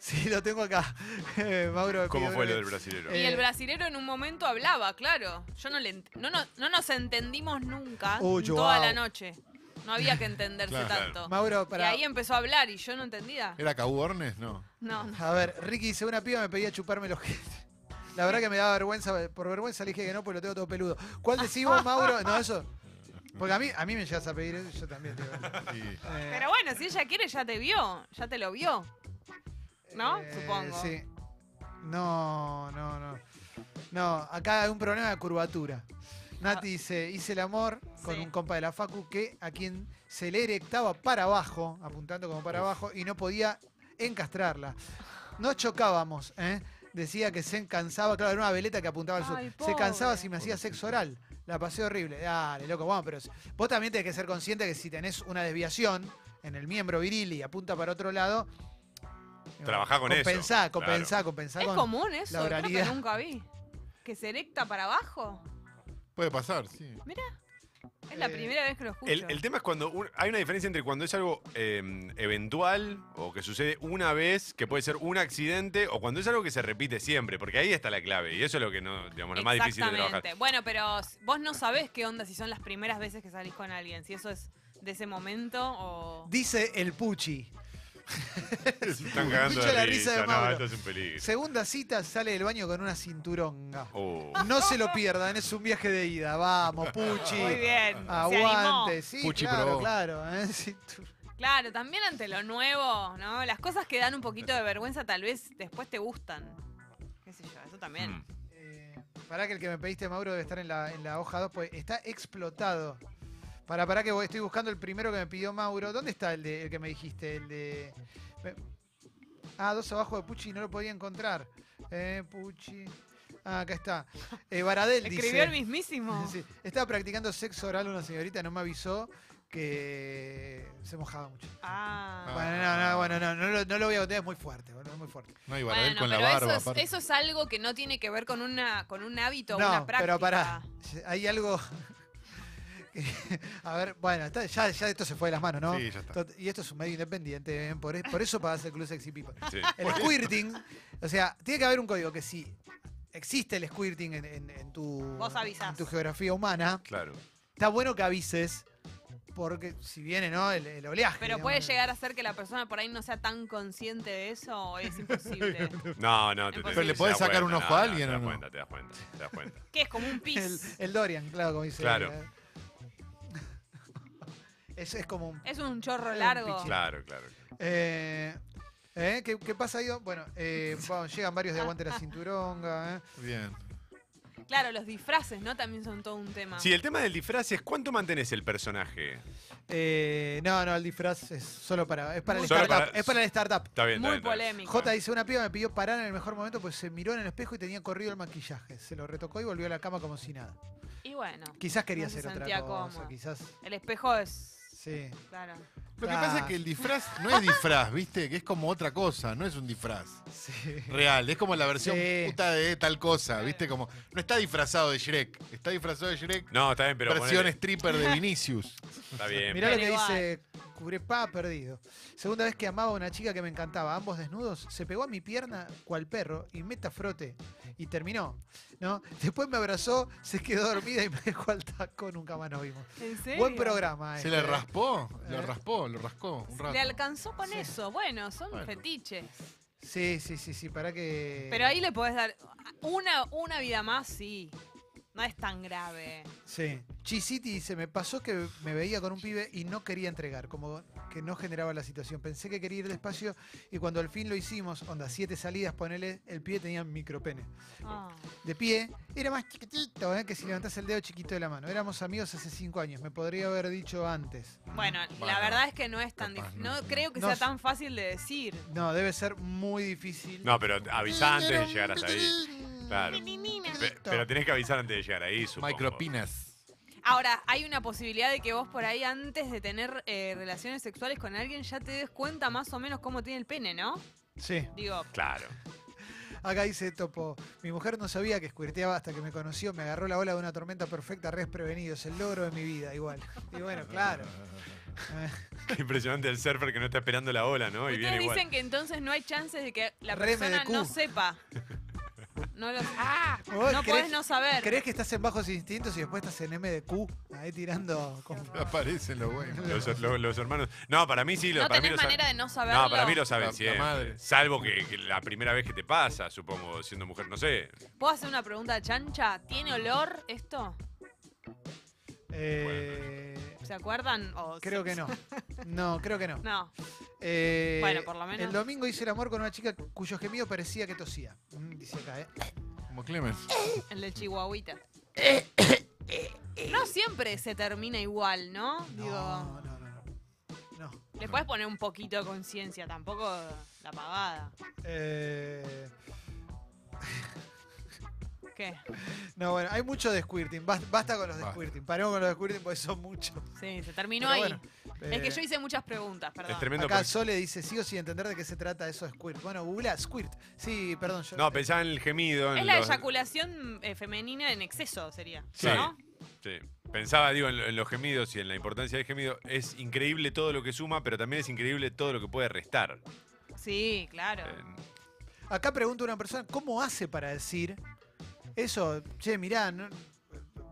Speaker 1: Sí, lo tengo acá. [LAUGHS] Eh, Mauro.
Speaker 4: ¿Cómo
Speaker 1: pide-
Speaker 4: fue lo del brasilero?
Speaker 1: Eh,
Speaker 2: y el brasilero en un momento hablaba, claro. Yo no le ent- no, nos- no nos entendimos nunca
Speaker 1: Oh,
Speaker 2: en
Speaker 1: Joao.
Speaker 2: toda la noche. No había que entenderse
Speaker 3: Claro.
Speaker 2: tanto.
Speaker 1: Mauro,
Speaker 2: Y
Speaker 1: para...
Speaker 2: ahí em- empezó a hablar y yo no entendía.
Speaker 3: ¿Era Cabornes? No.
Speaker 2: No, no.
Speaker 1: A ver, Ricky dice, una piba me pedía chuparme los pies. La verdad que me daba vergüenza, por vergüenza le dije que no, pues lo tengo todo peludo. ¿Cuál decís vos, Mauro? No, eso. Porque a mí, a mí me llegas a pedir eso, yo también. Digo.
Speaker 3: Y-
Speaker 1: Eh,
Speaker 2: Pero bueno, si ella quiere, ya te vio, ya te lo vio. ¿No?
Speaker 1: Eh,
Speaker 2: Supongo.
Speaker 1: Sí. No, no, no. No, acá hay un problema de curvatura. Nati dice, hice el amor con
Speaker 2: Ah. Sí.
Speaker 1: un compa de la Facu que a quien se le erectaba para abajo, apuntando como para abajo, y no podía encastrarla. Nos chocábamos, ¿eh? Decía que se cansaba, claro, era una veleta que apuntaba al sur.
Speaker 2: Ay,
Speaker 1: Se cansaba
Speaker 2: pobre.
Speaker 1: si me hacía sexo oral. La pasé horrible. Dale, loco, vamos, pero vos también tenés que ser consciente que si tenés una desviación en el miembro viril y apunta para otro lado,
Speaker 4: Trabajá con eso,
Speaker 1: compensá,
Speaker 4: claro.
Speaker 1: Compensá, compensá,
Speaker 2: ¿Es
Speaker 1: con-
Speaker 2: común eso?
Speaker 1: la
Speaker 2: Creo que
Speaker 1: oralidad.
Speaker 2: nunca vi. ¿Que se erecta para abajo?
Speaker 3: Puede pasar, sí.
Speaker 2: Es la
Speaker 1: Eh,
Speaker 2: primera vez que lo escucho.
Speaker 4: El, el tema es cuando un- hay una diferencia entre cuando es algo eh, eventual o que sucede una vez, que puede ser un accidente, o cuando es algo que se repite siempre, porque ahí está la clave. Y eso es lo que no, digamos, lo más difícil de trabajar.
Speaker 2: Exactamente. Bueno, pero s- vos no sabés qué onda si son las primeras veces que salís con alguien. Si eso es de ese momento o...
Speaker 1: Dice el Puchi.
Speaker 4: Se [LAUGHS] Están cagando
Speaker 1: Escucha la
Speaker 4: de
Speaker 1: risa
Speaker 4: risa.
Speaker 1: de
Speaker 4: no,
Speaker 1: Mauro.
Speaker 4: esto es un peligro.
Speaker 1: Segunda cita sale del baño con una cinturonga.
Speaker 4: Oh.
Speaker 1: No se lo pierdan, es un viaje de ida.
Speaker 4: [LAUGHS]
Speaker 1: Vamos, Puchi.
Speaker 2: Muy bien. Se animó.
Speaker 1: Ah, Aguante, sí,
Speaker 3: Puchi
Speaker 1: claro,
Speaker 3: probó.
Speaker 1: claro. ¿eh? [LAUGHS] Sí, tú-
Speaker 2: Claro, también ante lo nuevo, ¿no? Las cosas que dan un poquito de vergüenza tal vez después te gustan. Qué sé yo, eso también.
Speaker 4: Mm.
Speaker 1: eh, pará que el que me pediste, Mauro, debe estar en la, en la hoja 2, pues está explotado. Pará, pará que voy- estoy buscando el primero que me pidió Mauro. ¿Dónde está el, de, el que me dijiste? El de... me- Ah, dos abajo de Puchi, no lo podía encontrar. Eh, Puchi... Ah, acá está. Eh, Baradel dice...
Speaker 2: [LAUGHS] Escribió el mismísimo.
Speaker 1: [LAUGHS] Sí, Estaba practicando sexo oral una señorita, no me avisó que se mojaba mucho.
Speaker 2: Ah.
Speaker 1: Bueno, no, no, bueno, no, no, lo, no lo voy a botear, es muy fuerte, boludo, es muy fuerte.
Speaker 3: No, y Baradel
Speaker 2: Bueno,
Speaker 3: con la
Speaker 2: pero
Speaker 3: barba.
Speaker 2: eso, es,
Speaker 3: aparte.
Speaker 2: eso es algo que no tiene que ver con una con un hábito, o
Speaker 1: no,
Speaker 2: una práctica.
Speaker 1: pero pará, [LAUGHS] hay algo... que- a ver, bueno, está- ya, ya esto se fue de las manos, ¿no?
Speaker 3: Sí, ya está.
Speaker 1: Tot- Y esto es un medio independiente, ¿eh? por, e- por eso pagás el Club Sexy People.
Speaker 4: Sí.
Speaker 1: El squirting, o sea, tiene que haber un código que si existe el squirting en, en- en tu,
Speaker 2: Vos avisás.
Speaker 1: en tu geografía humana,
Speaker 4: Claro.
Speaker 1: está bueno que avises, porque si viene, ¿no? El, el oleaje.
Speaker 2: Pero
Speaker 1: digamos,
Speaker 2: puede
Speaker 1: ¿no?
Speaker 2: llegar a ser que la persona por ahí no sea tan consciente de eso
Speaker 1: [LAUGHS]
Speaker 2: o es imposible.
Speaker 4: No, no, te,
Speaker 2: Pero
Speaker 4: te-
Speaker 2: le
Speaker 4: te
Speaker 3: podés
Speaker 4: das
Speaker 3: sacar
Speaker 4: cuenta,
Speaker 3: un ojo a alguien,
Speaker 4: Te das
Speaker 3: ¿o no?
Speaker 4: cuenta, te das cuenta, te das
Speaker 2: [LAUGHS]
Speaker 4: cuenta.
Speaker 2: que es como un
Speaker 1: El,
Speaker 2: pis.
Speaker 1: el Dorian, claro, como dice.
Speaker 4: Claro.
Speaker 1: la- Eso [LAUGHS] es como un.
Speaker 2: Es un chorro
Speaker 1: El
Speaker 2: largo.
Speaker 1: pichín.
Speaker 4: Claro, claro.
Speaker 1: eh, ¿eh? ¿Qué, qué pasa ahí? Bueno, eh, vamos, llegan varios de aguante la cinturonga. ¿eh?
Speaker 3: Bien.
Speaker 2: Claro, los disfraces, ¿no? También son todo un tema.
Speaker 4: Sí, el tema del disfraz es cuánto mantenés el personaje.
Speaker 1: Eh, no, no, el disfraz es solo para. Es para el
Speaker 4: Solo
Speaker 1: startup.
Speaker 4: para-
Speaker 1: Es para el startup.
Speaker 4: Está bien, está
Speaker 2: Muy
Speaker 4: bien, está bien.
Speaker 2: polémico.
Speaker 1: J dice, una piba me pidió parar en el mejor momento pues se miró en el espejo y tenía corrido el maquillaje. Se lo retocó y volvió a la cama como si nada.
Speaker 2: Y bueno,
Speaker 1: Quizás quería
Speaker 2: No se
Speaker 1: hacer otra
Speaker 2: sentía
Speaker 1: cosa,
Speaker 2: cómoda.
Speaker 1: quizás.
Speaker 2: el espejo es.
Speaker 1: Sí. [LAUGHS]
Speaker 2: Claro.
Speaker 3: Lo que pasa es que el disfraz no es disfraz, ¿viste? Que es como otra cosa, no es un disfraz
Speaker 1: Sí.
Speaker 3: real. Es como la versión
Speaker 1: Sí.
Speaker 3: puta de tal cosa, ¿viste? Como no está disfrazado de Shrek, está disfrazado de Shrek,
Speaker 4: No, está bien, pero
Speaker 3: versión
Speaker 4: ponele-
Speaker 3: stripper de
Speaker 2: [LAUGHS]
Speaker 3: Vinicius.
Speaker 4: Está bien.
Speaker 1: Mirá lo que
Speaker 2: Pero igual.
Speaker 1: dice Cubrepá perdido. Segunda vez que amaba a una chica que me encantaba, ambos desnudos, se pegó a mi pierna cual perro y metafrote. Y terminó. ¿no? Después me abrazó, se quedó dormida y me dejó al taco, nunca más nos vimos.
Speaker 2: ¿En serio?
Speaker 1: Buen programa.
Speaker 3: ¿Se
Speaker 1: este.
Speaker 3: le raspó? Lo
Speaker 1: Eh.
Speaker 3: raspó, lo rascó un rato.
Speaker 2: Le alcanzó con
Speaker 1: Sí.
Speaker 2: eso. Bueno, son
Speaker 3: Bueno.
Speaker 2: fetiches.
Speaker 1: Sí, sí, sí, sí, para que.
Speaker 2: Pero ahí le podés dar una, una vida más, sí. No es tan grave.
Speaker 1: Sí. Chisiti dice, me pasó que me veía con un pibe y no quería entregar, como que no generaba la situación. Pensé que quería ir despacio y cuando al fin lo hicimos, onda, siete salidas, ponele, el pibe tenía micropene.
Speaker 2: Ah.
Speaker 1: de pie, era más chiquitito ¿eh? que si levantás el dedo chiquito de la mano. Éramos amigos hace cinco años, me podría haber dicho antes.
Speaker 2: Bueno,
Speaker 3: Bueno,
Speaker 2: la verdad es que no es tan
Speaker 3: capaz
Speaker 2: dif-
Speaker 3: no
Speaker 2: No
Speaker 3: es-
Speaker 2: creo que
Speaker 1: no
Speaker 2: sea
Speaker 1: sé.
Speaker 2: tan fácil de decir.
Speaker 1: No, debe ser muy difícil.
Speaker 4: No, pero avisa antes de llegar hasta ahí. Claro. Pe- Pero tenés que avisar antes de llegar ahí, supongo.
Speaker 3: Micropinas.
Speaker 2: Ahora, hay una posibilidad de que vos por ahí antes de tener eh, relaciones sexuales con alguien ya te des cuenta más o menos cómo tiene el pene, ¿no?
Speaker 1: Sí.
Speaker 2: Digo,
Speaker 4: Claro. [LAUGHS]
Speaker 1: Acá dice Topo, mi mujer no sabía que squirteaba hasta que me conoció, me agarró la ola de una tormenta perfecta, res prevenido, es el logro de mi vida, igual. Y bueno, claro.
Speaker 4: Qué impresionante el surfer que no está esperando la ola, ¿no? Y viene
Speaker 2: ustedes
Speaker 4: igual.
Speaker 2: dicen que entonces no hay chances de que la
Speaker 1: Reme de
Speaker 2: persona no
Speaker 1: Q.
Speaker 2: sepa. No lo ¡Ah!
Speaker 1: ¿Vos
Speaker 2: No
Speaker 1: crees-
Speaker 2: podés no saber.
Speaker 1: ¿Crees que estás en bajos instintos y después estás en MDQ? Ahí tirando. con-
Speaker 3: Aparecen los güeyes.
Speaker 4: Los, los- los hermanos. No, para mí sí. lo-
Speaker 2: no
Speaker 4: para mí
Speaker 2: tenés
Speaker 4: lo sa-
Speaker 2: manera de no saberlo.
Speaker 4: No, para mí lo
Speaker 3: La-
Speaker 4: saben
Speaker 3: la
Speaker 4: siempre.
Speaker 3: madre.
Speaker 4: Salvo que, que la primera vez que te pasa, supongo, siendo mujer, no sé.
Speaker 2: ¿Puedo hacer una pregunta chancha? ¿Tiene olor esto?
Speaker 1: Eh,
Speaker 2: ¿Se acuerdan? O
Speaker 1: Creo
Speaker 2: sí.
Speaker 1: que no. No, creo que no.
Speaker 2: No.
Speaker 1: Eh,
Speaker 2: Bueno, por lo menos.
Speaker 1: El domingo hice el amor con una chica cuyo gemido parecía que tosía. Mm, dice acá, ¿eh?
Speaker 3: Como Clemens.
Speaker 2: El
Speaker 1: [COUGHS]
Speaker 2: de Chihuahuita. No siempre se termina igual, ¿no?
Speaker 1: No,
Speaker 2: Digo,
Speaker 1: no, no, no. No.
Speaker 2: le puedes poner un poquito de conciencia, tampoco la pavada.
Speaker 1: Eh,
Speaker 2: ¿Qué?
Speaker 1: no, bueno, hay mucho de squirting. Bas- Basta con los de
Speaker 3: Basta.
Speaker 1: squirting. Paremos con los de squirting porque son muchos.
Speaker 2: Sí, se terminó
Speaker 1: Pero
Speaker 2: ahí.
Speaker 1: bueno,
Speaker 2: es que
Speaker 1: eh,
Speaker 2: yo hice muchas preguntas,
Speaker 4: Es
Speaker 2: perdón.
Speaker 4: tremendo.
Speaker 1: Acá
Speaker 4: porque-
Speaker 1: Sole dice, sí o sí, entender de qué se trata eso de squirt. Bueno, googlea squirt. Sí, perdón. Yo
Speaker 4: No, pensaba en el gemido. en
Speaker 2: Es la
Speaker 4: los-
Speaker 2: eyaculación eh, femenina en exceso, sería.
Speaker 4: Sí.
Speaker 2: ¿No?
Speaker 4: Sí. Pensaba, digo, en, lo- en los gemidos y en la importancia del gemido. Es increíble todo lo que suma, pero también es increíble todo lo que puede restar.
Speaker 2: Sí, claro.
Speaker 4: Eh,
Speaker 1: Acá pregunta una persona, ¿cómo hace para decir eso? Che, mirá, no-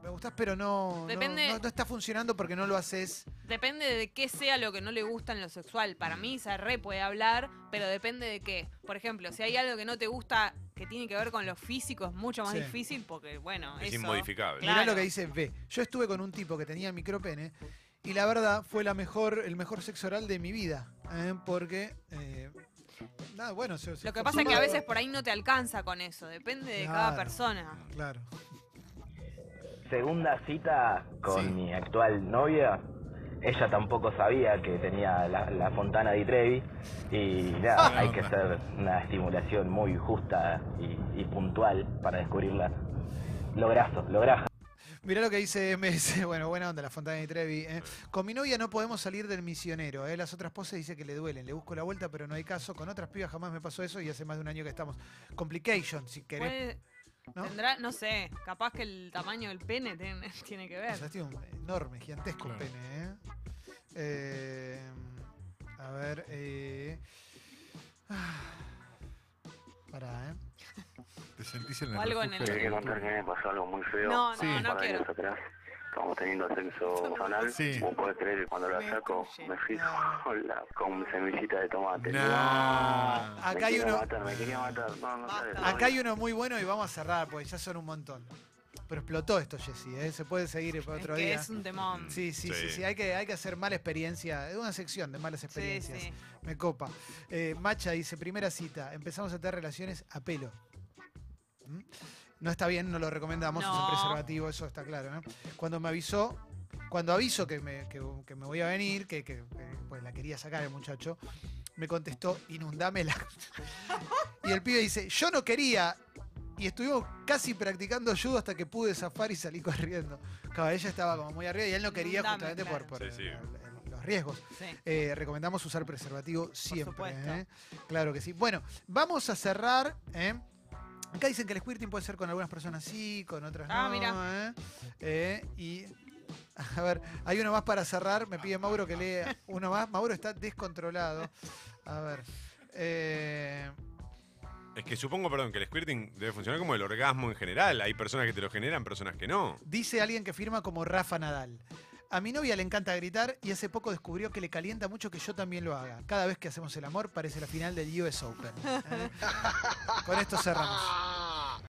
Speaker 1: me gustás, pero no, no-
Speaker 2: Depende-
Speaker 1: no, no está funcionando porque no lo haces.
Speaker 2: Depende de qué sea lo que no le gusta en lo sexual. Para mí, se re puede hablar, pero depende de qué. Por ejemplo, si hay algo que no te gusta que tiene que ver con lo físico, es mucho más
Speaker 1: Sí.
Speaker 2: difícil porque, bueno,
Speaker 4: es
Speaker 2: eso-
Speaker 4: inmodificable.
Speaker 2: Claro.
Speaker 1: Mirá lo que dice B. Yo estuve con un tipo que tenía micropene y la verdad fue la mejor, el mejor sexo oral de mi vida. ¿eh? Porque, eh, nada, bueno. se- se
Speaker 2: Lo que
Speaker 1: esforzó.
Speaker 2: pasa es que a veces por ahí no te alcanza con eso. Depende de cada
Speaker 1: Claro.
Speaker 2: persona.
Speaker 1: Claro.
Speaker 6: Segunda cita con
Speaker 3: Sí.
Speaker 6: mi actual novia. Ella tampoco sabía que tenía la, la fontana de Trevi. Y nada,
Speaker 3: Buena
Speaker 6: hay que
Speaker 3: onda.
Speaker 6: hacer una estimulación muy justa y, y puntual para descubrirla. Lograzo, lograzo.
Speaker 1: Mirá lo que dice [LAUGHS] MS. Bueno, buena onda la Fontana de Trevi. ¿eh? Con mi novia no podemos salir del misionero. ¿eh? Las otras poses dice que le duelen. Le busco la vuelta, pero no hay caso. Con otras pibas jamás me pasó eso y hace más de un año que estamos. Complication, si querés.
Speaker 2: Puede-
Speaker 1: ¿no?
Speaker 2: Tendrá, no sé, capaz que el tamaño del pene [LAUGHS] tiene, tiene que ver.
Speaker 1: O sea, tiene un enorme, gigantesco
Speaker 3: Claro.
Speaker 1: pene. ¿eh? Eh, a ver. Eh. ah, Pará, ¿eh?
Speaker 3: Te sentís en
Speaker 2: O
Speaker 3: el
Speaker 2: algo en el-
Speaker 3: refugio de la cultura.
Speaker 5: me pasó algo muy feo.
Speaker 2: No, no,
Speaker 3: Sí.
Speaker 2: no quiero.
Speaker 5: atrás. Estábamos teniendo sexo anal.
Speaker 3: Sí.
Speaker 5: Vos podés creer que cuando la [LAUGHS]
Speaker 2: Me
Speaker 5: saco
Speaker 2: destruye.
Speaker 5: me fijo la- con semillita de tomate.
Speaker 3: Nah.
Speaker 5: Me
Speaker 1: Acá hay
Speaker 5: quería
Speaker 1: uno-
Speaker 5: matar, me quería matar. No, no sabes, no.
Speaker 1: Acá hay uno muy bueno y vamos a cerrar porque ya son un montón. Pero explotó esto, Jessy. ¿eh? Se puede seguir para
Speaker 2: Es
Speaker 1: otro
Speaker 2: que
Speaker 1: día.
Speaker 2: es un temón. Sí,
Speaker 1: Sí, sí, sí,
Speaker 4: Sí.
Speaker 1: sí, Hay, que, hay que hacer mala experiencia. Es una sección de malas
Speaker 2: sí.
Speaker 1: experiencias. Me copa. Eh, Macha dice, primera cita, empezamos a tener relaciones a pelo. ¿Mm? No está bien, no lo recomendamos, es
Speaker 2: No.
Speaker 1: un preservativo, eso está claro. ¿no? Cuando me avisó, cuando aviso que me, que- que me voy a venir, que, que- que, pues, la quería sacar el muchacho, me contestó, inundámela. [LAUGHS] y el pibe dice, yo no quería. Y estuvimos casi practicando judo hasta que pude zafar y salí [LAUGHS] corriendo. Claro, ella estaba como muy arriba y él no quería
Speaker 2: Inundame,
Speaker 1: justamente por-
Speaker 2: claro.
Speaker 1: por,
Speaker 4: Sí, sí.
Speaker 1: el- el- los riesgos.
Speaker 2: sí.
Speaker 1: Eh, recomendamos usar preservativo siempre.
Speaker 2: supuesto.
Speaker 1: ¿eh? Claro que sí. Bueno, vamos a cerrar. ¿eh? Acá dicen que el squirting puede ser con algunas personas sí, con otras
Speaker 2: Ah,
Speaker 1: no. ¿eh? Eh, y [LAUGHS] a ver, hay uno más para cerrar. Me pide Mauro que lea uno más. Mauro está descontrolado. A ver. eh,
Speaker 4: Es que supongo, perdón, que el squirting debe funcionar como el orgasmo en general. Hay personas que te lo generan, personas que no.
Speaker 1: dice alguien que firma como Rafa Nadal. A mi novia le encanta gritar y hace poco descubrió que le calienta mucho que yo también lo haga. Cada vez que hacemos el amor parece la final del US Open. ¿eh? Con esto cerramos.